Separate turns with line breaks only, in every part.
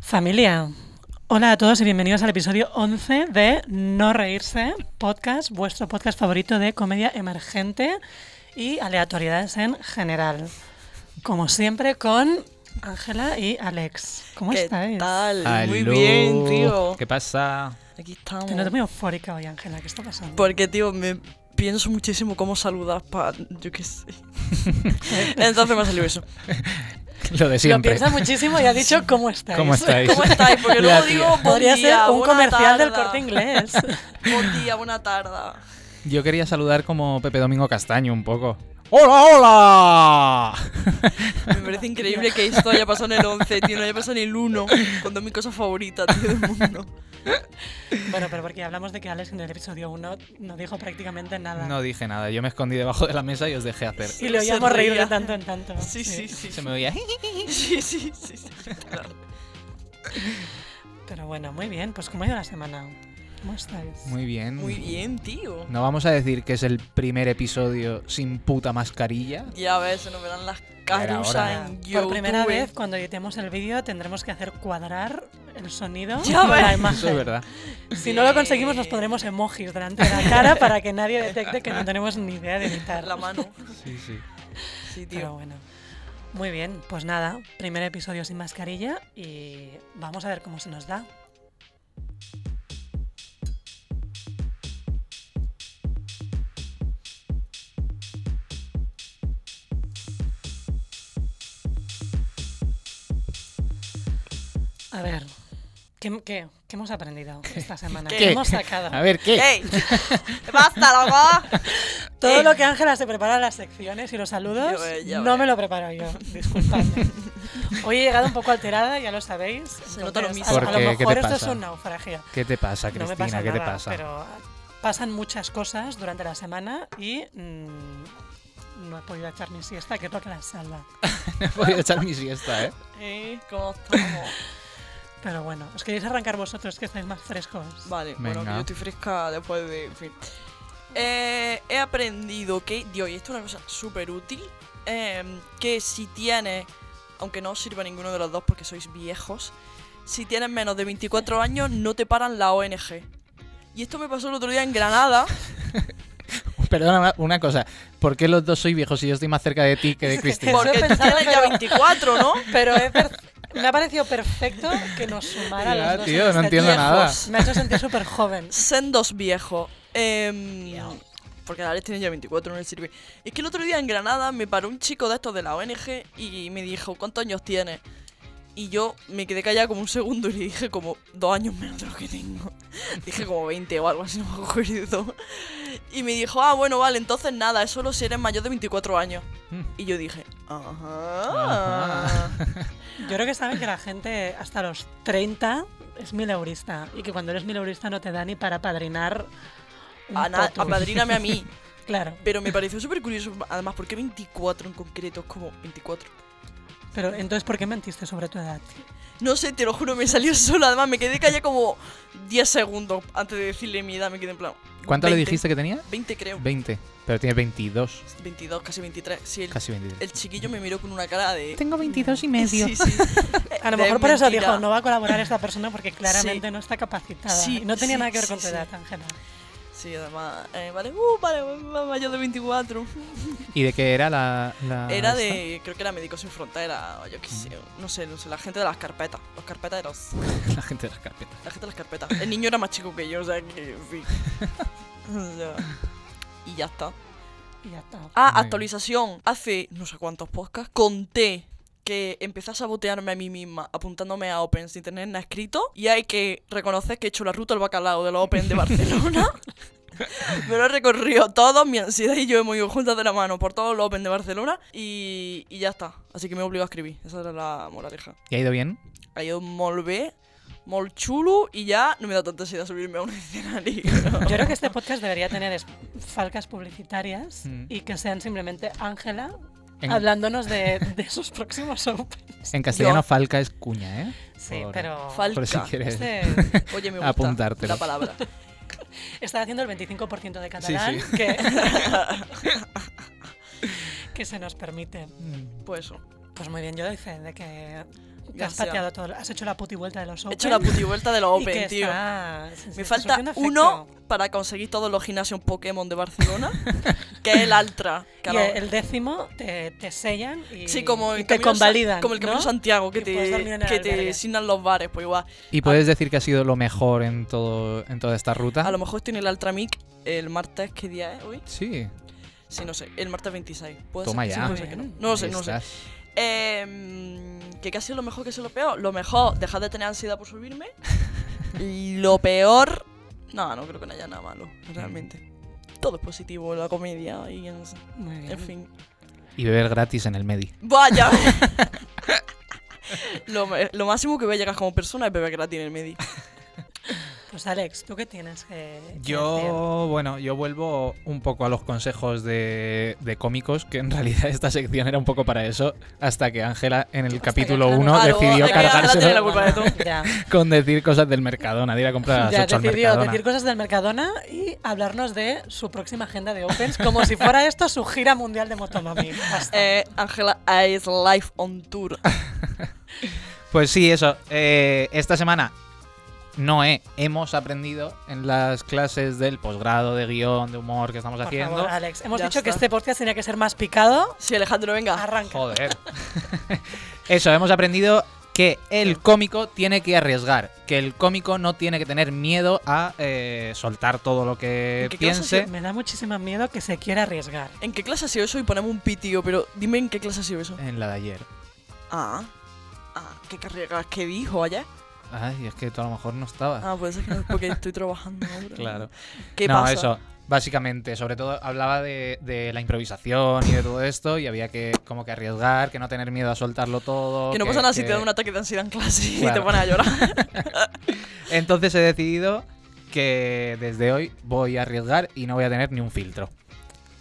Familia, hola a todos y bienvenidos al episodio 11 de No Reírse, podcast, vuestro podcast favorito de comedia emergente y aleatoriedades en general. Como siempre con Ángela y Alex. ¿Cómo
¿Qué
estáis?
tal? Muy
Aló.
bien, tío.
¿Qué pasa?
Aquí
Te noto
estamos.
muy eufórica hoy, Ángela. ¿Qué está pasando?
Porque, tío, me pienso muchísimo cómo saludar para... Yo qué sé. Entonces me ha salido eso.
Lo de
Lo
siempre.
piensa muchísimo y ha dicho cómo estáis.
¿Cómo estáis?
¿Cómo estáis? Porque
La
luego digo, buen
Podría
día,
ser un
buena
comercial del
tarda.
corte inglés.
Buen día, buena tarde.
Yo quería saludar como Pepe Domingo Castaño un poco. ¡Hola, hola!
Me parece increíble que esto haya pasado en el 11, tío. No haya pasado en el 1. Cuando es mi cosa favorita, tío, del mundo.
bueno, pero porque hablamos de que Alex en el episodio 1 no dijo prácticamente nada.
No dije nada, yo me escondí debajo de la mesa y os dejé hacer.
y le
Se
oíamos reír de
reía.
tanto en tanto.
Sí, sí, sí.
Se me oía.
Sí, sí, sí. sí. Claro.
Pero bueno, muy bien. Pues ¿cómo ha ido la semana? ¿Cómo estáis?
Muy bien.
Muy bien, tío.
No vamos a decir que es el primer episodio sin puta mascarilla.
Ya ves, se nos verán las
Era hora.
carusas en YouTube.
Ah, Por primera vez, cuando editemos el vídeo, tendremos que hacer cuadrar el sonido
Ya
con la
ves.
Eso es
imagen.
verdad.
Si no lo conseguimos, nos pondremos emojis delante de la cara para que nadie detecte que no tenemos ni idea de editar.
La mano.
Sí, sí.
Sí, tío.
Pero bueno. Muy bien, pues nada, primer episodio sin mascarilla y vamos a ver cómo se nos da. A ver, ¿qué, qué- qué hemos aprendido esta semana? ¿Qué,
¿Qué?
hemos sacado?
A ver, ¿qué?
¡Ey! ¡Basta, loco!
Todo lo que Ángela se prepara las secciones y los saludos,
Eh. Ya ve, ya
no
ve.
me lo preparo yo, disculpadme. Hoy he llegado un poco alterada, ya lo sabéis.
nota lo
entonces,
mismo.
A,
¿Por
a
qué?
lo
¿Qué te
mejor esto es
pasa?
un naufragio.
¿Qué te pasa,
no
Cristina?
me pasa
¿Qué
nada,
te pasa?
pero pasan muchas cosas durante la semana y mm, no he podido echar mi siesta, que es lo que la salva.
No he podido echar mi siesta, ¿eh?
¡Ey! ¿Cómo estamos?
Pero bueno, os queréis arrancar vosotros que estáis más frescos.
Vale, bueno, que
Venga.
yo estoy fresca después de. En fin. Eh, he aprendido que. Dios, y esto es una cosa súper útil. eh, que si tienes. Aunque no os sirva ninguno de los dos porque sois viejos. Si tienes menos de 24 años, no te paran la ONG. Y esto me pasó el otro día en Granada.
Perdona una cosa. ¿Por qué los dos soy viejos si yo estoy más cerca de ti que de Cristina?
Eso
Porque tú
pensaba,
tienes ya
pero-
24, ¿no?
Pero he per- me ha parecido perfecto que nos sumara
Ya,
los dos. en
tío, no
este
entiendo
tiempo.
nada.
Me ha hecho sentir súper joven.
Sendos viejos. Em, porque la vez tiene ya 24, no le sirve. Es que el otro día en Granada me paró un chico de estos de la ONG y me dijo, ¿cuántos años tienes? Y yo me quedé callada como un segundo y le dije como dos años menos de lo que tengo. dije como 20 o algo así, no me acuerdo. Y me dijo, ah, bueno, vale, entonces nada, es solo si eres mayor de 24 años.
Hmm.
Y yo dije, ajá.
Yo creo que saben que la gente hasta los 30 es mileurista y que cuando eres mileurista no te da ni para padrinar un
A na-
totum.
Apadríname a mí.
Claro,
Pero me pareció súper curioso, además, porque 24 en concreto? Es como 24.
pero entonces ¿por qué mentiste sobre tu edad?
No sé, te lo juro, me salió solo. Además, me quedé callada como 10 segundos antes de decirle mi edad. Me quedé en plan.
¿Cuánto le
20,
dijiste que tenía?
20, creo.
20. Pero tiene 22.
22, casi 23. Sí, el,
Casi 23.
el chiquillo me miró con una cara de.
Tengo 22 y
Sí, sí.
A lo
Eh, De
mejor por eso
mentira.
dijo, no va a colaborar esta persona porque claramente no está capacitada.
Sí,
y no tenía
sí,
nada que ver con
sí,
tu
sí.
edad, Ángela.
Sí, además. eh, vale, uh, vale, ma- mayor de 24.
¿Y de qué era la.? la
Era
esta?
de. Creo que era Médicos Sin Frontera. O yo qué sé. No sé, no sé. La gente de las carpetas. Los carpeteros.
La gente de las carpetas.
La gente de las carpetas. El niño era más chico que yo, o sea que. En fin. O sea, y ya está.
Y ya está.
Ah,
Muy bien.
actualización. Hace no sé cuántos podcasts conté que empecé a sabotearme a mí misma apuntándome a Open sin tener nada escrito. Y hay que reconocer que he hecho la ruta al bacalao de los Open de Barcelona. Me lo he recorrido todo, mi ansiedad y yo hemos ido juntas de la mano por todos los Open de Barcelona y, y ya está. Así que me obligo a escribir. Esa era la moraleja.
¿Y ha ido bien?
Ha ido molt bé, molt xulo y ya no me da tanta ansiedad subirme a un escenario.
Yo creo que este podcast debería tener es- falcas publicitarias
Mm.
y que sean simplemente Ángela
En-
hablándonos de, de sus próximos Opens.
En castellano
Yo-
falca es cuña, ¿eh?
Sí,
Por-
pero
Falca.
Por si quieres.
este
Oye, me gusta
Apuntártelo.
la palabra.
está haciendo el 25% de catalán
sí.
Que, que se nos permite.
Pues eso.
Pues muy bien, yo doy fe de que te has
Gracias.
pateado todo. Has hecho la puti vuelta de los
He
Open.
hecho la puti vuelta de los
y que
Open, tío.
está- sí, sí,
Me
está
falta
surtiendo efecto.
uno para conseguir todos los gimnasios Pokémon de Barcelona, que es el Altra. que a
Y
la-
el décimo te, te sellan y,
sí, como
y
el
te
Camino Sa-
convalidan.
Como el Camino
¿no?
Santiago, que
Y puedes dormir
te,
en el
que te
albergue.
asignan los bares, pues igual.
¿Y puedes decir que ha sido lo mejor en todo en toda esta
Ah.
ruta?
A lo mejor estoy en el Altramic el martes, ¿qué día es hoy?
Sí.
Sí, no sé, el martes 26. ¿Puede
Toma
ser? Sí,
ya.
puede ser que no.
Bien.
No lo sé,
Ahí
no lo sé.
estás.
Eh, que casi lo mejor que es lo peor. Lo mejor, dejar de tener ansiedad por subirme. lo peor, no, no creo que no haya nada malo, realmente. Todo es positivo, la comedia y en,
Muy bien.
en fin.
Y beber gratis en el Medi.
Vaya. lo, ma- lo máximo que voy a llegar como persona es beber gratis en el Medi.
Pues Alex, ¿tú qué tienes que que decir? Pues
Yo, bueno, yo vuelvo un poco a los consejos de, de cómicos, que en realidad esta sección era un poco para eso, hasta que Ángela en el
Hasta
capítulo
que Ángela
1
no-
Claro,
decidió
hasta Ah, que Ángela tiene la
cargárselo
culpa de todo.
Ya,
con decir cosas del Mercadona, de ir a comprar a las
ya
8 al
decidió
Mercadona.
decir cosas del Mercadona y hablarnos de su próxima agenda de Opens, como si fuera esto su gira mundial de Motomami. Basta.
Eh, Ángela is live on tour.
Pues sí, eso. eh, esta semana no eh, hemos aprendido en las clases del posgrado de guión, de humor que estamos
Por
haciendo.
favor, Alex. Hemos
Ya
dicho que
está.
este podcast tenía que ser más picado.
Sí, Alejandro, venga.
Arranca.
Joder. Eso, hemos aprendido que el cómico tiene que arriesgar, que el cómico no tiene que tener miedo a eh, soltar todo lo que
¿En qué clase
piense.
Me da muchísimo miedo que se quiera arriesgar.
¿En qué clase ha sido eso? Y ponemos un pitío, pero dime en qué clase ha sido eso.
En la de ayer.
Ah, ah, qué carrera que dijo ayer.
Ay, es que tú a lo mejor no estabas.
Ah, pues es que no, porque estoy trabajando ahora.
Claro.
¿Qué
no,
pasa?
eso. Básicamente, sobre todo hablaba de, de la improvisación y de todo esto y había que como que arriesgar, que no tener miedo a soltarlo todo.
Que no pasa nada si
que-
te dan un ataque de ansiedad en clase y
Claro.
te pones a llorar.
Entonces he decidido que desde hoy voy a arriesgar y no voy a tener ni un filtro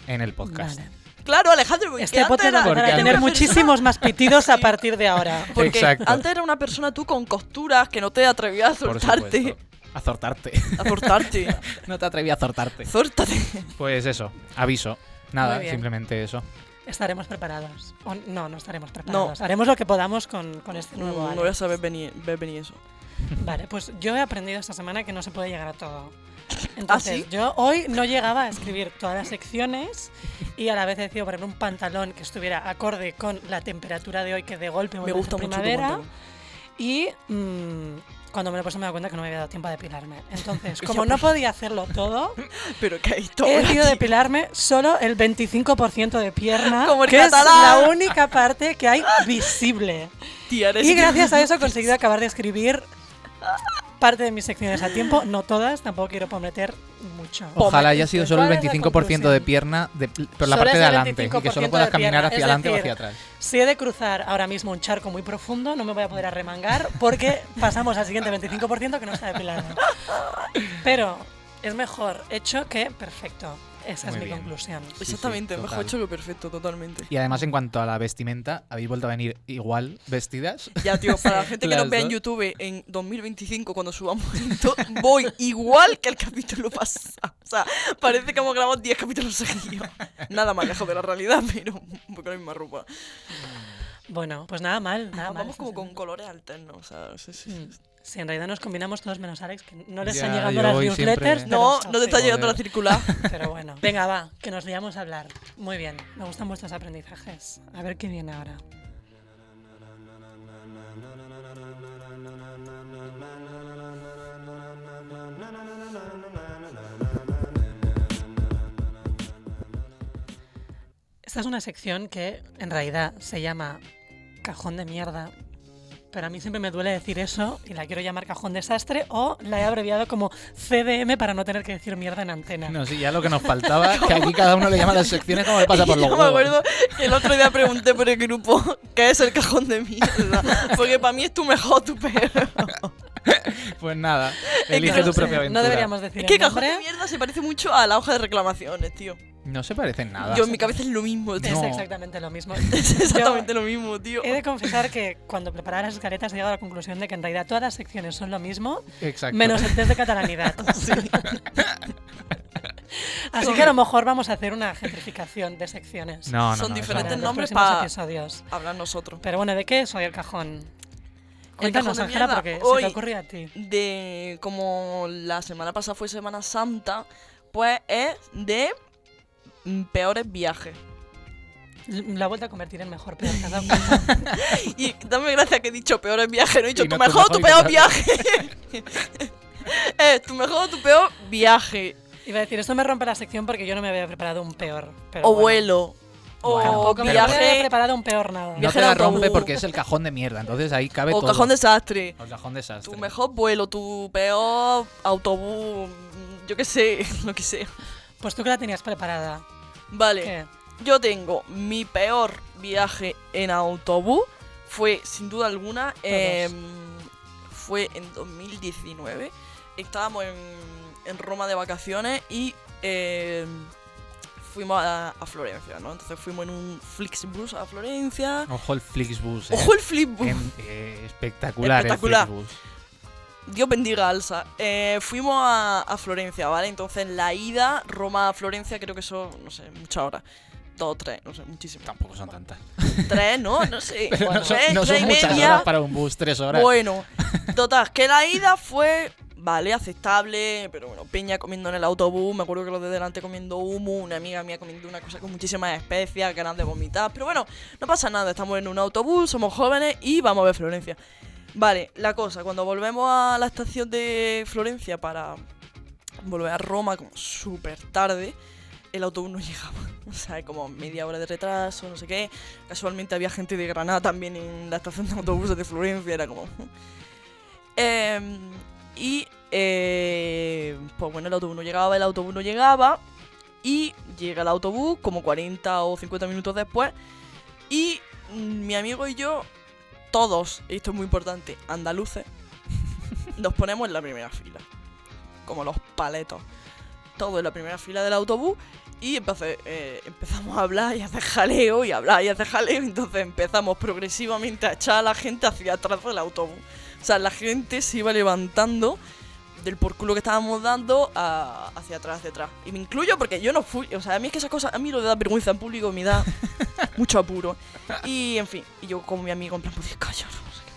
en el podcast.
Vale.
claro, Alejandro, porque
Este
antes
podcast va
era-
a empezar
Porque
a tener
antes-
muchísimos más pitidos a partir de ahora.
Porque
Exacto.
antes era una persona tú con costuras que no te atrevías a
Por
soltarte.
supuesto. Azortarte.
A soltarte.
no te atreví a azortarte.
Zórtate.
Pues eso, aviso.
Muy
Nada,
bien.
simplemente eso.
Estaremos preparados. O no, no estaremos preparados.
preparados.
Haremos lo que podamos con, este nuevo
No, no voy a saber venir, ver venir eso.
Vale, pues yo he aprendido esta semana que no se puede llegar a todo. Entonces,
¿Ah, sí?
yo hoy no llegaba a escribir todas las secciones y a la vez he decidido ponerme un pantalón que estuviera acorde con la temperatura de hoy, que de golpe
Me
vuelve a
gusta
ser
mucho
primavera.
tu pantalón.
Y mm, cuando me lo puse me he dado cuenta que no me había dado tiempo a depilarme. Entonces,
Ya,
como no podía hacerlo todo,
Pero que hay todo.
he decidido depilarme solo el 25% de pierna,
Como el
que es
catalán.
la única parte que hay visible.
Tía, eres
Y gracias a eso he conseguido acabar de escribir parte de mis secciones a tiempo, no todas, tampoco quiero prometer mucho.
Ojalá haya
este,
sido solo el
¿cuál es la
25% de
conclusión?
pierna de, por la
Solo
parte
es
de
el
adelante y que
25%
solo puedas
de
caminar
pierna,
hacia
es
adelante o
decir,
hacia atrás.
Si he de cruzar ahora mismo un charco muy profundo, no me voy a poder arremangar porque pasamos al siguiente 25% que no está depilado. Pero es mejor hecho que perfecto. Esa
Muy
es mi
bien.
conclusión.
Sí, sí,
Exactamente,
total.
mejor hecho que perfecto, totalmente.
Y además, en cuanto a la vestimenta, ¿habéis vuelto a venir igual vestidas?
Ya, tío, para la gente que
Las
nos vea en
dos.
YouTube en 2025, cuando subamos esto, voy igual que el capítulo pasado. O sea, parece que hemos grabado 10 capítulos seguidos. Nada más lejos de la realidad, pero con la misma ropa.
Bueno, pues nada mal. Nada mal
Vamos
esta
como con
semana.
colores alternos. O sea, sí, sí, sí.
Mm. Sí, en realidad nos combinamos todos menos Alex, que no les
Ya,
están llegando
yo
las
hoy
newsletters.
siempre-
pero
No,
sí,
no te está
sí.
llegando la circular.
Pero bueno. Venga, va, que nos liamos a hablar. Muy bien, me gustan vuestros aprendizajes. A ver qué viene ahora. Esta es una sección que en realidad se llama cajón de mierda. Pero a mí siempre me duele decir eso y la quiero llamar cajón desastre o la he abreviado como CDM para no tener que decir mierda en antena.
No, sí, ya lo que nos faltaba, que aquí cada uno le llama las secciones como le pasa por
Y
los
yo me
huevos.
acuerdo que el otro día pregunté por el grupo qué es el cajón de mierda. Porque para mí es tu mejor, tu peor.
Pues nada,
que
elige
No
tu
sé,
propia aventura.
No deberíamos decir
Es que
el
cajón
nombre.
de mierda se parece mucho a la hoja de reclamaciones, tío.
No se parecen
Ah,
nada.
Yo en mi cabeza es lo mismo, tío.
No.
Es exactamente lo mismo.
Es exactamente lo mismo, tío.
He de confesar que cuando preparaba las escaletas he llegado a la conclusión de que en realidad todas las secciones son lo mismo,
Exacto.
menos el test de catalanidad.
Sí.
Así que a lo mejor vamos a hacer una gentrificación de secciones.
No, no,
Son
no,
Para
eso
diferentes
los
no.
nombres
próximos
pa-
episodios.
Hablar nosotros.
Pero bueno, ¿de qué soy el cajón? Cuéntanos,
cajón de
Ángela,
mierda.
porque se
Hoy-
te ocurrió a ti.
de como la semana pasada fue Semana Santa, pues es de mm, peores viajes.
L- La vuelta a convertir en mejor peor. ¿te has dado cuenta?
Y dame gracias que he dicho peores viajes, no he dicho
Y
tu
no tu
mejor o tu
mejor y
peor
tu
viaje. es tu mejor o tu peor viaje.
Iba a decir, esto me rompe la sección porque yo no me había preparado un peor. Pero
o
bueno.
vuelo. O
Bueno,
Tampoco me había
viaje.
preparado un peor nada.
No
Viaje
te la
en autobús.
rompe porque es el cajón de mierda, entonces ahí cabe
O
todo.
cajón desastre.
O el cajón desastre.
Tu mejor vuelo, tu peor autobús. mm, Yo qué sé, lo que sea.
Pues tú que la tenías preparada.
Vale.
¿Qué?
Yo tengo mi peor viaje en autobús. Fue, sin duda alguna, em, fue en 2019. Estábamos en, en Roma de vacaciones y em, fuimos a, a Florencia, ¿no? Entonces fuimos en un Flixbus a Florencia.
Ojo el Flixbus. eh.
¡Ojo el Flixbus!
En- eh, espectacular,
Espectacular.
el Flixbus.
Dios bendiga Alsa. Eh, fuimos a, a Florencia, ¿vale? Entonces la ida, Roma a Florencia, creo que son, no sé, muchas horas. Dos, tres, no sé, muchísimas.
Tampoco son tantas.
Tres, ¿no? No sé.
Pero no son,
tres,
no son
tres y
muchas
Eh, media.
horas para un bus, tres horas.
Bueno, total, que la ida fue, vale, aceptable, pero bueno, Peña comiendo en el autobús, me acuerdo que los de delante comiendo humo, una amiga mía comiendo una cosa con muchísimas especias, ganas de vomitar, pero bueno, no pasa nada, estamos en un autobús, somos jóvenes y vamos a ver Florencia. Vale, la cosa, cuando volvemos a la estación de Florencia para volver a Roma como súper tarde, el autobús no llegaba. O sea, como media hora de retraso, no sé qué. Casualmente había gente de Granada también en la estación de autobuses de Florencia, era como... Em, y, eh, pues bueno, el autobús no llegaba, el autobús no llegaba. Y llega el autobús como 40 o 50 minutos después. Y mm, mi amigo y yo, todos, y esto es muy importante, andaluces, nos ponemos en la primera fila. Como los paletos. Todos en la primera fila del autobús. Y entonces eh, empezamos a hablar y a hacer jaleo y a hablar y a hacer jaleo. Entonces empezamos progresivamente a echar a la gente hacia atrás del autobús. O sea, la gente se iba levantando del por culo que estábamos dando a- hacia atrás, hacia atrás. Y me incluyo porque yo no fui. O sea, a mí es que esas cosas, a mí lo de dar vergüenza en público me da mucho apuro. Y en fin, y yo con mi amigo, en plan, podéis callaros. no sé qué.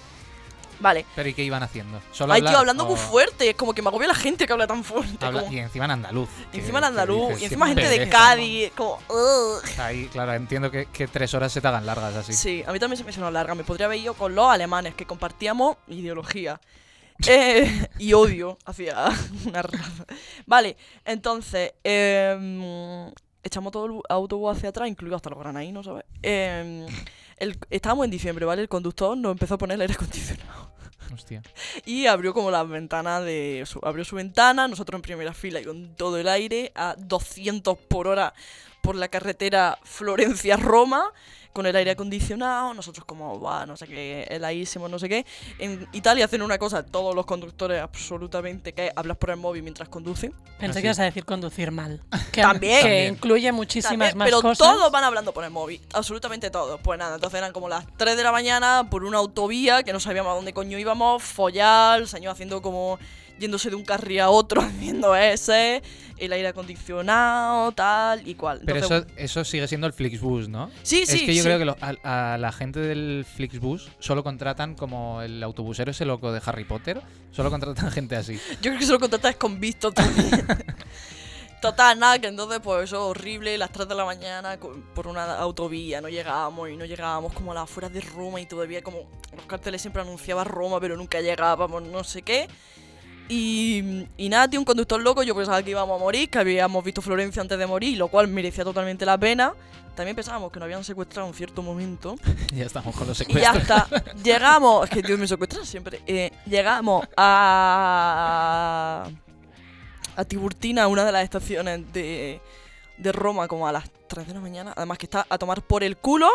Vale.
Pero ¿y qué iban haciendo? Solo
Ay, tío,
hablar
hablando
o-
muy fuerte. Es como que me agobia la gente que habla tan fuerte.
Oh. habla-
como-
Y encima en andaluz. que-
encima el
que
andaluz,
dices,
y encima
qué
gente de
pereza,
Cádiz. Como. "Ugh".
¿no? Ahí, claro, entiendo que, que tres horas se te hagan largas así.
Sí, a mí también se me hizo una larga. Me podría haber ido con los alemanes, que compartíamos ideología. Eh, y odio hacia una raza. Vale, entonces, em, echamos todo el bu- autobús hacia atrás, incluido hasta los granadinos, ¿sabes? Em, el- estábamos en diciembre, ¿vale? El conductor nos empezó a poner el aire acondicionado.
Hostia.
Y abrió como las ventanas de... Su, abrió su ventana, nosotros en primera fila y con todo el aire a 200 por hora por la carretera Florencia-Roma, con el aire acondicionado, nosotros como, va, no sé qué, el aísimo, no sé qué. En Italia hacen una cosa, todos los conductores absolutamente, que es hablar por el móvil mientras conducen.
Pensé
Así.
que ibas a decir conducir mal. Que, que
También.
Ah, También.
incluye muchísimas
También,
más
pero
cosas.
todos van hablando por el móvil, absolutamente todos. Pues nada, entonces eran como las 3 de la mañana por una autovía que no sabíamos a dónde coño íbamos, follar, el señor haciendo como yéndose de un carril a otro haciendo ese, el aire acondicionado, tal y cual.
Pero
Entonces,
eso, eso sigue siendo el Flixbus, ¿no?
sí, sí,
es que
sí.
yo creo que lo- a, a la gente del Flixbus solo contratan como el autobusero ese loco de Harry Potter, solo contratan gente así.
Yo creo que solo contratas con visto también. Total, nada, que entonces pues eso horrible, las 3 de la mañana co- por una autovía, no llegábamos y no llegábamos como a las afueras de Roma y todavía como los carteles siempre anunciaban Roma pero nunca llegábamos, no sé qué. Y, y nada, tío, un conductor loco, yo pensaba que íbamos a morir, que habíamos visto Florencia antes de morir, lo cual merecía totalmente la pena. También pensábamos que nos habían secuestrado en cierto momento.
ya estamos con los
Y ya
secuestros.
está. Llegamos. Es que Dios me secuestra siempre. Eh, llegamos a. A Tiburtina, una de las estaciones de, de Roma, como a las 3 de la mañana. Además, que está a tomar por el culo.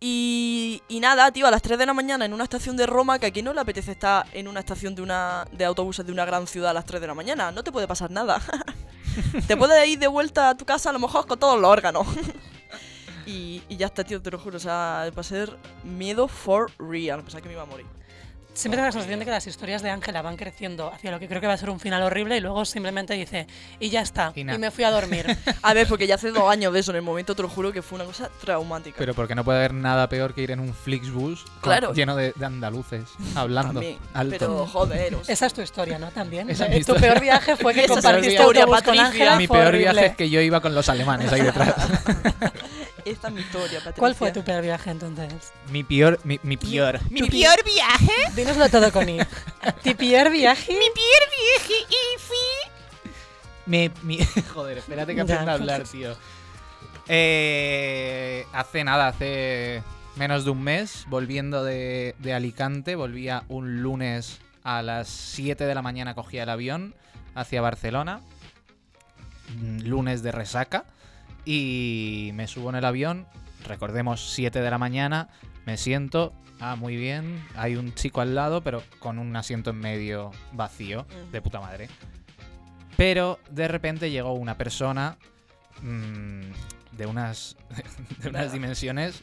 Y, y nada, tío, a las 3 de la mañana en una estación de Roma, que aquí no le apetece estar en una estación de una de autobuses de una gran ciudad a las 3 de la mañana. No te puede pasar nada. Te puedes ir de vuelta a tu casa a lo mejor con todos los órganos. y, y ya está, tío, te lo juro. O sea, va a ser miedo for real. Pensaba que me iba a morir.
Siempre tengo la sensación de que las historias de Ángela van creciendo hacia lo que creo que va a ser un final horrible y luego simplemente dice, y ya está,
Y
y,
nada.
me fui a dormir.
A ver, porque ya hace dos años de eso. En el momento te lo juro que fue una cosa traumática.
Pero porque no puede haber nada peor que ir en un Flixbus con-
Claro.
lleno de, de andaluces, hablando
También.
alto.
Pero joder, o sea,
Esa es tu historia, ¿no? También. Eh,
Esa es mi
tu
historia.
peor viaje fue que
Esa es mi
compartiste
historia,
autobús con
Patricia.
Ángela.
Mi
fue
peor
horrible.
viaje es que yo iba con los alemanes ahí detrás.
esta es mi historia, Patricia.
¿Cuál fue tu peor viaje entonces?
mi peor, mi, mi peor.
Mi peor viaje,
Dínoslo todo con I. ¿Tu peor viaje?
mi peor viaje y fui.
Me- mi- joder, espérate que
Ya.
aprenda a hablar, tío. Eh, hace nada, hace menos de un mes, volviendo de, de Alicante, volvía un lunes a las 7 de la mañana, cogía el avión hacia Barcelona. Mm, Lunes de resaca. Y me subo en el avión, recordemos 7 de la mañana, me siento, ah, muy bien, hay un chico al lado, pero con un asiento en medio vacío, de puta madre. Pero de repente llegó una persona mm, de unas, de unas
Nada.
dimensiones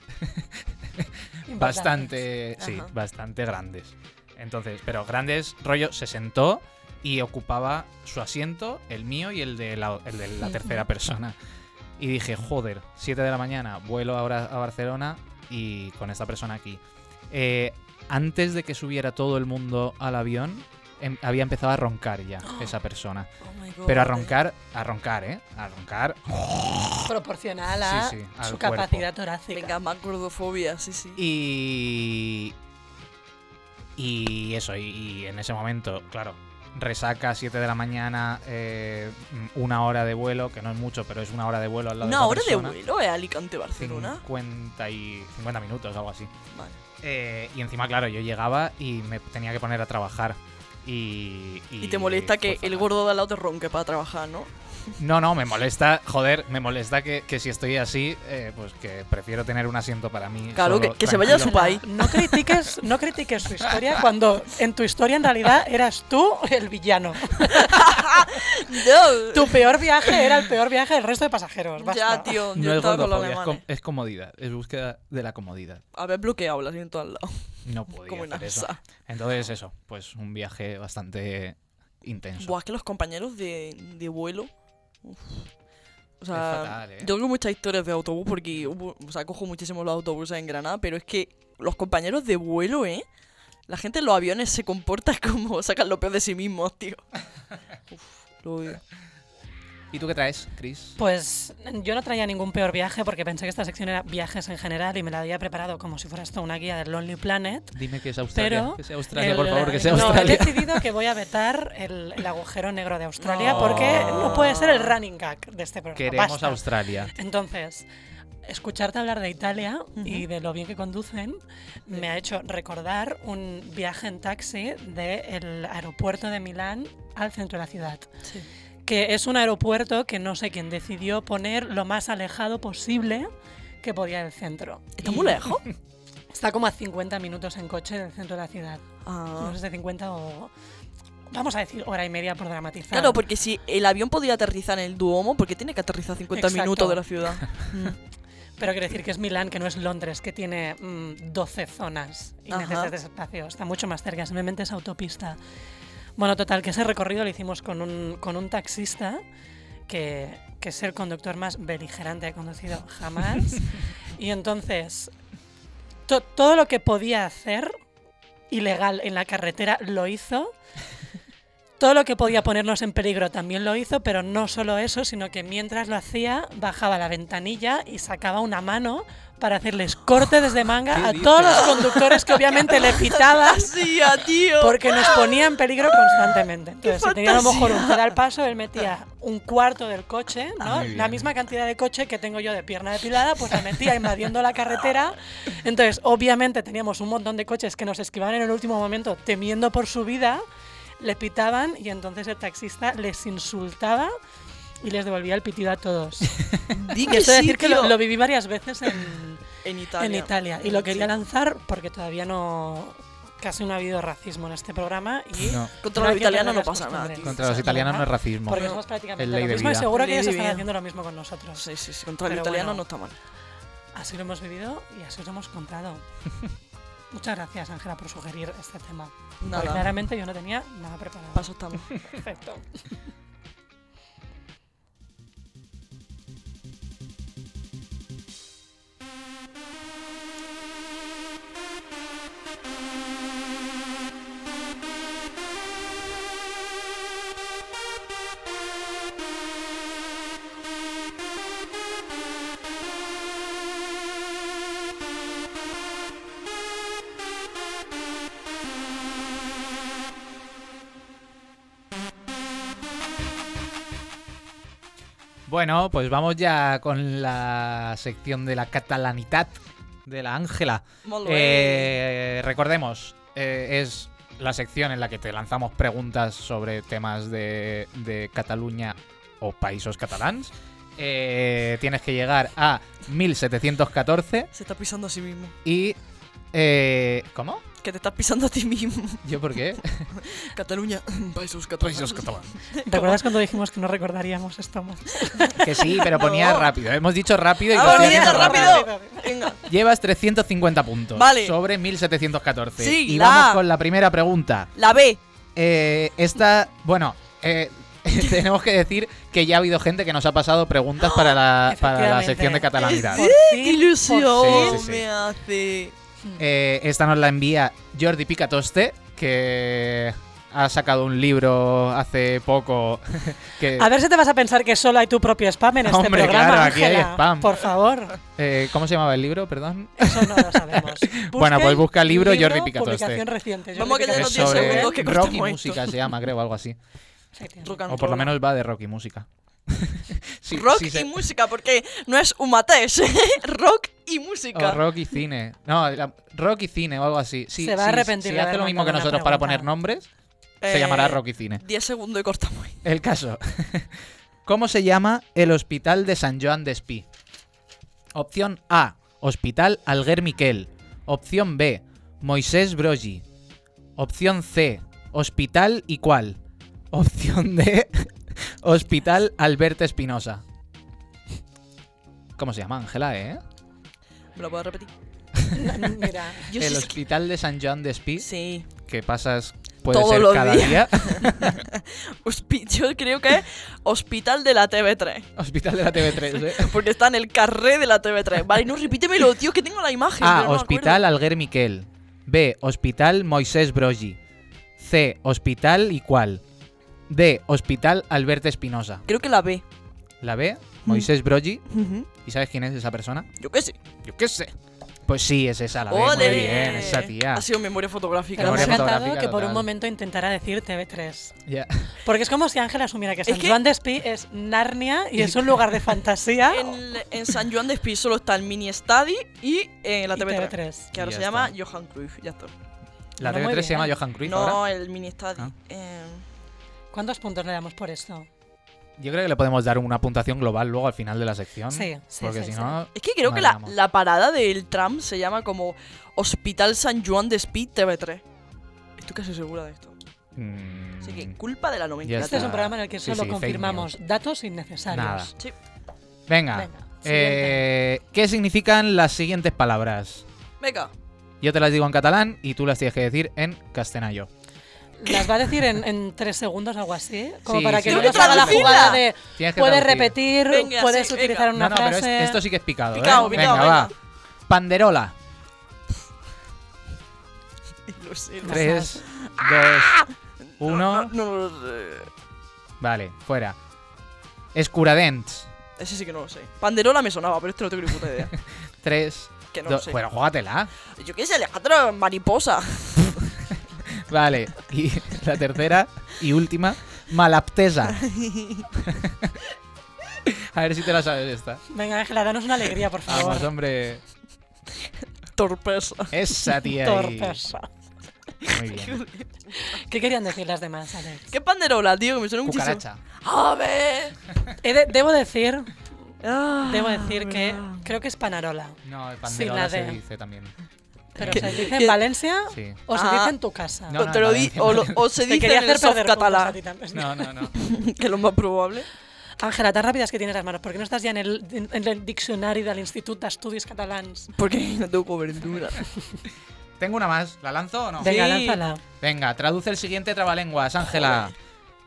Importante.
bastante, sí,
Ajá.
bastante grandes. Entonces, pero grandes, rollo, se sentó y ocupaba su asiento, el mío y el de la, el de la
Ujú.
tercera persona. Y dije, joder, 7 de la mañana, vuelo ahora a Barcelona y con esta persona aquí. Eh, antes de que subiera todo el mundo al avión, em- había empezado a roncar ya esa persona.
Oh my God,
Pero a
eh.
roncar, a roncar, ¿eh? A roncar.
Proporcional a
Sí, sí, al
su
cuerpo.
capacidad torácica.
Venga, más gordofobia, sí, sí.
Y. Y eso, y, y en ese momento, claro, resaca 7 de la mañana, eh, una hora de vuelo, que no es mucho, pero es una hora de vuelo al lado
Una
de
hora
esa
de
persona.
vuelo, ¿eh? Alicante-Barcelona.
50, y, 50 minutos, algo así.
Vale.
Eh, y encima, claro, yo llegaba y me tenía que poner a trabajar. Y,
Y te molesta que
fue
el
fatal.
gordo de al lado te ronque para trabajar, ¿no?
No, no, me molesta, joder, me molesta que, que si estoy así, eh, pues que prefiero tener un asiento para mí.
Claro,
solo,
que- que se vaya a su
tranquilo.
país.
No critiques, no critiques su historia cuando en tu historia en realidad eras tú el villano.
No.
Tu peor viaje era el peor viaje del resto de pasajeros.
Ya,
basta.
tío. Yo
No es
estaba con los
gordofobia, es, com-
alemanes.
es comodidad, es búsqueda de la comodidad.
Haber bloqueado el asiento al lado.
No podía
Como en
hacer eso.
AXA.
Entonces eso, pues un viaje bastante intenso.
Buah, es que los compañeros de, de vuelo. uf. O sea,
fatal, ¿eh?
yo tengo muchas historias de autobús porque hubo- o sea, cojo muchísimo los autobuses en Granada, pero es que los compañeros de vuelo, ¿eh? La gente en los aviones se comporta como sacan lo peor de sí mismos, tío. Uf, lo odio.
¿Y tú qué traes, Chris?
Pues yo no traía ningún peor viaje porque pensé que esta sección era viajes en general y me la había preparado como si fuera esto una guía del Lonely Planet.
Dime que es Australia,
Pero
que sea Australia,
El-
por favor, que sea
no,
Australia.
he decidido que voy a vetar el, el agujero negro de Australia
No.
porque no puede ser el running gag de este programa.
Queremos
Basta.
Australia.
Entonces, escucharte hablar de Italia y de lo bien que conducen me ha hecho recordar un viaje en taxi del aeropuerto de Milán al centro de la ciudad.
Sí.
Que es un aeropuerto que no sé quién decidió poner lo más alejado posible que podía del centro.
¿Está muy lejos?
Está como a 50 minutos en coche del centro de la ciudad.
Ah.
No sé, 50 o. Vamos a decir hora y media por dramatizar.
Claro, porque si el avión podía aterrizar en el Duomo, porque tiene que aterrizar 50
Exacto.
minutos de la ciudad.
Pero quiero decir que es Milán, que no es Londres, que tiene mm, 12 zonas y
Ajá.
necesitas ese espacio. Está mucho más cerca, simplemente es autopista. Bueno, total, que ese recorrido lo hicimos con un, con un taxista, que, que es el conductor más beligerante que he conocido jamás. y entonces, to- todo lo que podía hacer ilegal en la carretera lo hizo. Todo lo que podía ponernos en peligro también lo hizo, pero no solo eso, sino que mientras lo hacía, bajaba la ventanilla y sacaba una mano para hacerles corte desde manga a
dices?
todos los conductores que obviamente le pitabas
¡Hacía, tío!
porque nos ponía en peligro constantemente. Entonces,
¡Qué
si tenía a lo mejor un
fantasía!
pedal paso, él metía un cuarto del coche,
Ah,
¿no?
muy
La
bien.
misma cantidad de coche que tengo yo de pierna depilada, pues la metía invadiendo la carretera. Entonces, obviamente teníamos un montón de coches que nos esquivaban en el último momento temiendo por su vida, le pitaban y entonces el taxista les insultaba y les devolvía el pitido a todos.
Di
Y eso
sí,
de decir que lo,
tío.
lo viví varias veces en
en Italia.
en Italia. Y lo quería
Sí.
lanzar porque todavía no. Casi no ha habido racismo en este programa y
No,
Contra los
Gracias,
italianos no
gracias,
pasa nada,
costumbres.
tío.
contra los
Sí,
italianos no es
¿verdad?
racismo.
porque somos prácticamente
Es ley
lo
de
mismo y
vida.
seguro que
Ley
ellos
de
están
vida.
haciendo lo mismo con nosotros.
Sí, sí, sí. Contra los
Pero
italianos
bueno.
no está mal.
Así lo hemos vivido y así os lo hemos contado. Muchas gracias, Ángela, por sugerir este tema. Porque
Nada.
claramente yo no tenía nada preparado.
Paso estamos.
Perfecto.
Bueno, pues vamos ya con la sección de la catalanidad de la Ángela.
Molt bé.
Eh, recordemos, eh, es la sección en la que te lanzamos preguntas sobre temas de, de Cataluña o países catalans. Eh, tienes que llegar a 1714
Se está pisando a sí mismo.
y... eh, ¿Cómo?
Que te estás pisando a ti mismo.
¿Yo por qué?
Cataluña. Países catalanes.
¿Recuerdas cuando dijimos que no recordaríamos esto más?
que sí, pero ponía
No.
rápido. Hemos dicho rápido y
Ah,
lo estoy
vale,
haciendo
rápido. Venga.
Llevas 350 puntos
Vale.
sobre 1714.
Sí,
y
la-
vamos con la primera pregunta.
La B.
Eh, esta, bueno, eh, tenemos que decir que ya ha habido gente que nos ha pasado preguntas para la, para la
Efectivamente.
sección de catalanidad.
Sí.
Por
¡Qué
fin,
ilusión
Sí, sí, sí.
me hace!
Eh, esta nos la envía Jordi Picatoste, que ha sacado un libro hace poco. que,
A ver si te vas a pensar que solo hay tu propio spam en este
Hombre,
programa.
claro, aquí hay
Ángela.
spam.
Por favor,
eh, ¿Cómo se llamaba el libro? Perdón.
eso no lo sabemos.
Bueno, pues busca libro Jordi Picatoste.
Publicación reciente. Jordi
Vamos que ya
Picatoste.
no
Es
tiene
sobre
segundos que
rock y
cortemos
música,
esto.
se llama, creo, algo así.
Efectivamente.
Rock and
O por lo
roll.
menos va de rock y música. Sí,
rock
sí
y
se-
música, porque no es un mateix. rock y música.
O rock y cine. No, la- rock y cine o algo así. Sí,
Se va a
sí,
arrepentir
Si
de
hace
haber
lo mismo que
mandado una
nosotros para
pregunta.
poner nombres,
Eh,
se llamará rock y cine.
10 segundos y cortamos. ahí.
El caso. ¿Cómo se llama el hospital de San Joan de Espí? Opción A. Hospital Alger Miquel. Opción B. Moisés Brogi. Opción C. Hospital y cuál. Opción D. Hospital Alberto Espinosa. ¿Cómo se llama, Ángela, eh?
¿Me lo puedo repetir?
Mira,
Yo
el
sí-
hospital de San Joan de Espí,
Sí.
que pasas puede
Todos
ser
los
cada
días.
día.
Hospi- Yo creo que es Hospital de la TV3.
Hospital de la TV3, ¿eh?
Porque está en el carré de la TV3. Vale, no repítemelo, tío, que tengo la imagen.
A.
pero no me
Ah, Hospital Alguer Miquel. B. Hospital Moisés Brogi. C. Hospital y cuál. D. Hospital Alberto Espinosa.
acuerdo. Creo que la B.
La
Mm.
B. Moisés Brogi.
Ujú.
¿Y sabes quién es esa persona?
Yo qué sé.
Yo qué sé. Pues sí, es esa la B.
¡Ole!
Muy bien, esa tía.
Ha sido memoria fotográfica.
pero me
Memoria
ha encantado
fotográfica
que por un
total.
momento intentara decir TV3.
Ya.
Porque es como si Ángela asumiera que San
que-
Juan de Espí es Narnia y es un lugar de fantasía.
En, en San Juan de Espí solo está el mini study y eh, la
y
TV3.
TV3.
Que ahora
Y
se
ya
llama
está.
Johan Cruyff, ya está.
La
No, muy
TV3 se
bien.
llama Johan Cruyff
no,
ahora.
el mini study.
Ah.
eh,
¿Cuántos puntos le damos por esto?
Yo creo que le podemos dar una puntuación global luego al final de la sección.
Sí, sí,
Porque
sí,
si
sí.
no.
es que creo
Madre
que la,
amor.
la parada del tram se llama como Hospital San Juan de Espí TV3. Estoy casi segura de esto.
mm,
Así que culpa de la nomenclatura.
Este es un
está.
programa en el que
Sí,
solo
sí, fake
confirmamos datos innecesarios.
Nada.
Sí.
Venga.
Venga,
eh, ¿Qué significan las siguientes palabras?
Venga.
Yo te las digo en catalán y tú las tienes que decir en castellano.
Las va a decir en, en tres segundos, algo así. Como
Sí,
para
sí,
que no
Tengo
nos
que
haga la
traducirla.
jugada de
Tienes que
puedes
traducir.
repetir,
Venga,
puedes
sí,
utilizar
venga.
una
no, no,
frase.
pero es- esto sí que es picado,
Picao,
¿eh?
picao,
venga, va.
venga.
Panderola.
Lo sé, lo sé.
Tres, dos,
No,
uno.
no eh, lo sé.
Vale, fuera. Escuradents.
Ese sí que no lo sé. Panderola me sonaba, pero este no tengo ni puta idea.
Tres,
Que no lo
dos.
sé.
Bueno, juégatela.
Yo qué sé, Alejandro, mariposa.
Vale. Y la tercera y última, malaptesa. A ver si te la sabes esta.
Venga, Ángela, danos una alegría,
Ah,
por favor.
Vamos, hombre.
Torpeza.
Esa tía. ahí.
Torpeza.
Muy bien.
¿Qué querían decir las demás, Alex?
¿Qué panderola, tío? Que me suena muchísimo.
Cucaracha.
A ver.
He de- debo decir,
Ah,
debo decir que
verdad.
creo que es Panarola.
No, el
Sí, la
panderola se
de-
dice también.
Pero se dice
que-
en Valencia
Sí.
o se
Ah.
dice en tu casa.
No,
Te lo di-
Valencia,
o, lo-
Valencia.
o se
Te
dice
quería
en el
hacer
soft
perder puntos a
catalán,
ti también.
No, no, no.
que es lo más probable.
Ángela, tan rápidas que tienes las manos, ¿por qué no estás ya en el, en, en el diccionari del Institut d'Estudis Catalans?
Porque no tengo cobertura.
Tengo una más. ¿La lanzo o no?
Venga,
Sí.
lánzala.
Venga, traduce el siguiente trabalenguas, Ángela.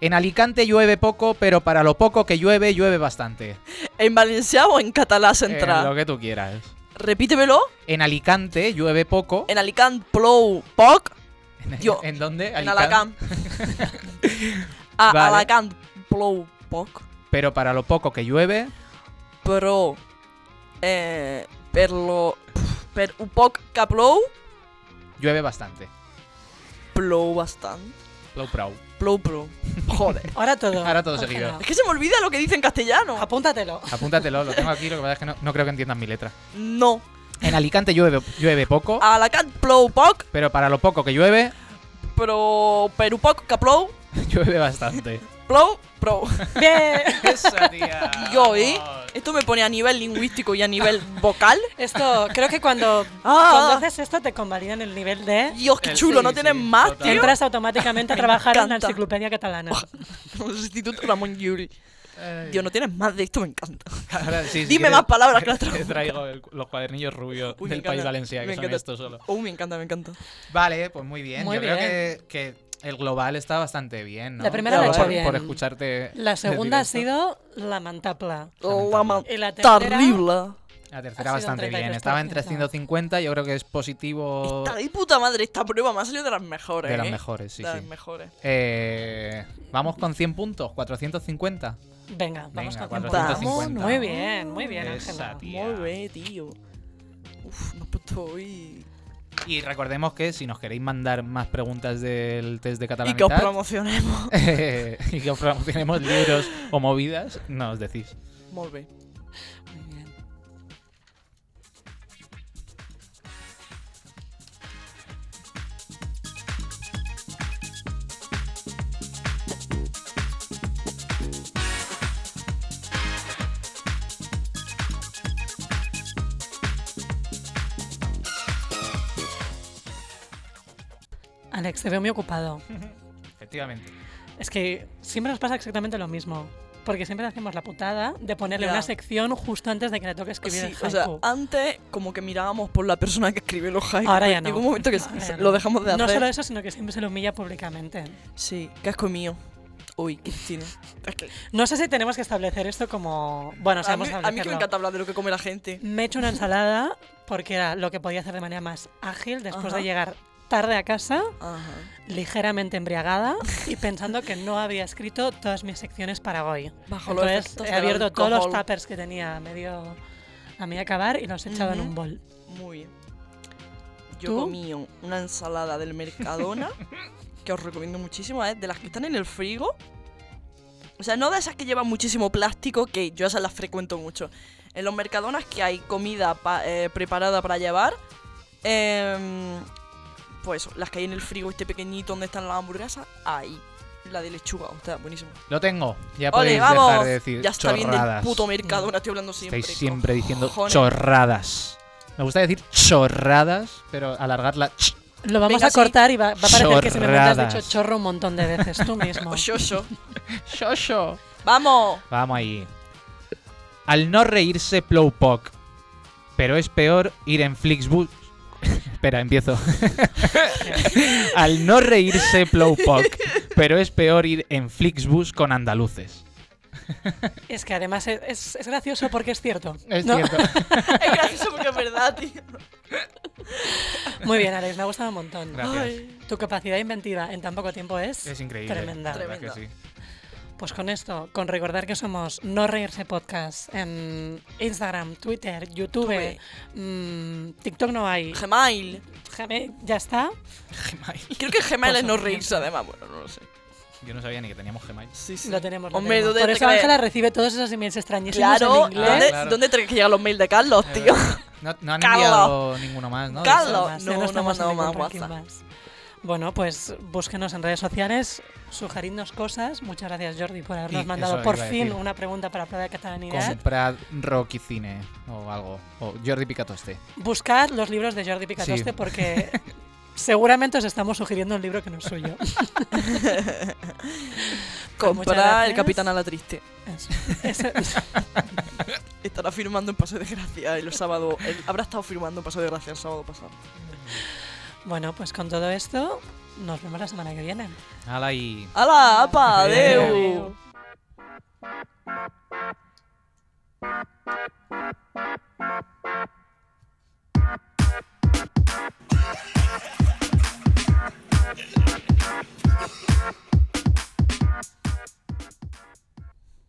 En Alicante llueve poco, pero para lo poco que llueve, llueve bastante.
¿En valenciano o en catalán
Eh,
central?
lo que tú quieras.
Repítemelo.
En Alicante llueve poco.
En Alicant, plou, poc,
¿En,
yo-
¿en dónde?
en
Alicante.
Alacant. A
Vale.
Alacant, plou, poc,
Pero para lo poco que llueve,
però... Eh, per lo... Per un poc que plou,
llueve bastante.
plou bastant.
Low pro.
Plou, plou. Joder.
Ahora todo.
Ahora todo seguido.
Ángela.
Es que se me olvida lo que dice en
Ah,
castellano.
Apúntatelo.
Apúntatelo, lo tengo aquí, lo que pasa es que no, no creo que entiendas mi letra.
No.
En Alicante llueve, llueve poco,
A Alacant plou poc,
pero para lo poco que llueve,
però per un poc que plou,
llueve bastante.
plou, plou.
Bien.
Esa tía.
Yo, ¿eh? Esto me pone a nivel lingüístico y a nivel vocal.
Esto, creo que cuando,
Ah.
cuando haces esto te convalidan el nivel de...
Dios, qué
Eh,
chulo,
sí,
no tienes
sí,
más,
total.
tío.
Entras automáticamente a
Me
trabajar en la
encanta.
enciclopedia catalana.
El Instituto Ramón Yuri.
Ay.
Dios, no tienes más de esto, me encanta.
Ahora, sí, si
Dime
quieres,
más palabras que las
Te
traigo.
traigo el- los cuadernillos rubios
Uy, me
del país
encanta,
Valencia,
me
que son
encanta.
estos solo.
Uy, me encanta, me encanta.
Vale, pues muy bien.
Muy
Yo creo
bien.
que, que el global está bastante bien, ¿no?
La primera
la he
Por-
hecho
por-
bien.
Por escucharte.
La segunda ha
decir esto.
sido lamentable.
Lamentable.
Y la tercera...
Terrible.
La
ha
tercera
sido
bastante bien.
33%.
Estaba en 350, yo creo que es positivo
Está de puta madre, esta prueba me ha salido de las mejores.
Oh. de las
¿eh?
mejores, sí,
de las
sí.
mejores.
Eh, vamos con 100 puntos, 450.
Venga, vamos
Venga,
con
450.
Muy bien, muy bien,
Esa,
Ángela.
tío.
Muy bien, tío. Uf, pues me has puesto hoy.
Y recordemos que si nos queréis mandar más preguntas del test de
Y que os
catalanidad
promocionemos.
y que os promocionemos libros o movidas, nos decís.
Muy bien.
Muy bien. Alex, te veo muy ocupado.
Efectivamente.
Es que siempre nos pasa exactamente lo mismo. Porque siempre hacemos la putada de ponerle
Ya.
una sección justo antes de que le toque escribir
Sí,
el
o sea, ah,
haiku.
antes como que mirábamos por la persona que escribe los haikus.
Ahora ya
y
no.
hubo un momento que
Ahora
se-
ya no.
lo dejamos de hacer.
No solo eso, sino que siempre se lo humilla públicamente.
Sí, casco mío. Uy, Cristina. Es que
No sé si tenemos que establecer esto como... Bueno,
a,
sabemos
mí, a mí que me encanta hablar de lo que come la gente.
Me he hecho una ensalada porque era lo que podía hacer de manera más ágil después
Ajá.
de llegar tarde a casa,
Ajá.
ligeramente embriagada y pensando que no había escrito todas mis secciones para hoy.
Bajo los
Entonces
efectos
he
del
abierto todos los
alcohol.
tuppers que tenía a medio, a medio acabar y los he echado en
Ujú.
un bol.
Muy bien. Yo
¿Tú?
comí una ensalada del Mercadona, que os recomiendo muchísimo, es de las que están en el frigo. O sea, no de esas que llevan muchísimo plástico, que yo esas las frecuento mucho. En los Mercadonas que hay comida pa- eh, preparada para llevar, em, pues eso, las que hay en el frigo este pequeñito donde están las hamburguesas, ahí. La de lechuga, o sea, buenísimo.
Lo tengo. Ya
Ole,
podéis
vamos.
dejar de decir
ya está bien del
chorradas.
puto Mercadona, estoy hablando siempre.
Estáis siempre diciendo
cojones.
chorradas. Me gusta decir chorradas, pero alargar la ch
Lo vamos
Venga,
a
sí.
cortar y va, va a parecer que se me has
Chorradas.
dicho chorro un montón de veces tú mismo.
O xoxo.
Shosho.
¡Vamos!
Vamos ahí. Al no reírse Plowpock. Pero es peor ir en Flixbus. Espera, empiezo. Al no reírse Plowpock. Pero es peor ir en Flixbus con andaluces.
Es que además es, es- es gracioso porque es cierto.
Es
¿no?
cierto.
Es gracioso porque es verdad, tío.
Muy bien, Alex, me ha gustado un montón.
Gracias.
Ay.
Tu capacidad inventiva en tan poco tiempo es,
Es increíble.
tremenda.
la verdad que
Tremendo.
sí.
Pues con esto, con recordar que somos No Reírse Podcast en Instagram, Twitter, YouTube, mm, TikTok no hay,
Gmail.
Gmail, ya está.
Creo
Por
que Gmail es no
supuesto.
reírse, además. Bueno, no lo sé.
Yo no sabía ni que teníamos Gmail.
Sí, sí.
Lo tenemos. lo
Hombre,
tenemos.
¿dónde
Por
te
eso
crees?
Ángela recibe todos esos emails extrañísimos
Claro,
en
¿dónde,
inglés. Pues
claro.
¿dónde te que llegan los mails de Carlos, tío?
No, no han
Carlos.
enviado ninguno más, ¿no?
Carlos.
Ya
No, no
estamos
me ha
en
dado
ningún
más
ranking
WhatsApp.
Bueno, pues búsquenos en redes sociales, sugeridnos cosas. Muchas gracias, Jordi, por habernos
Y
mandado
eso
por
iba a
fin
decir.
una pregunta para prueba de catalanidad.
Comprad Rocky Cine o algo. O Jordi este. Picatoste.
Buscad los libros de Jordi Picatoste
Sí.
porque seguramente os estamos sugiriendo un libro que no es suyo. muchas
Comprar
gracias.
el Capitán a la Triste.
Eso. Eso.
Estará firmando en Paso de Gracia el sábado. el- habrá estado firmando en Paso de Gracia el sábado pasado.
Bueno, pues con todo esto, nos vemos la semana que viene.
Hala y.
¡Hala, apa!
Adeu.
¡Adeu!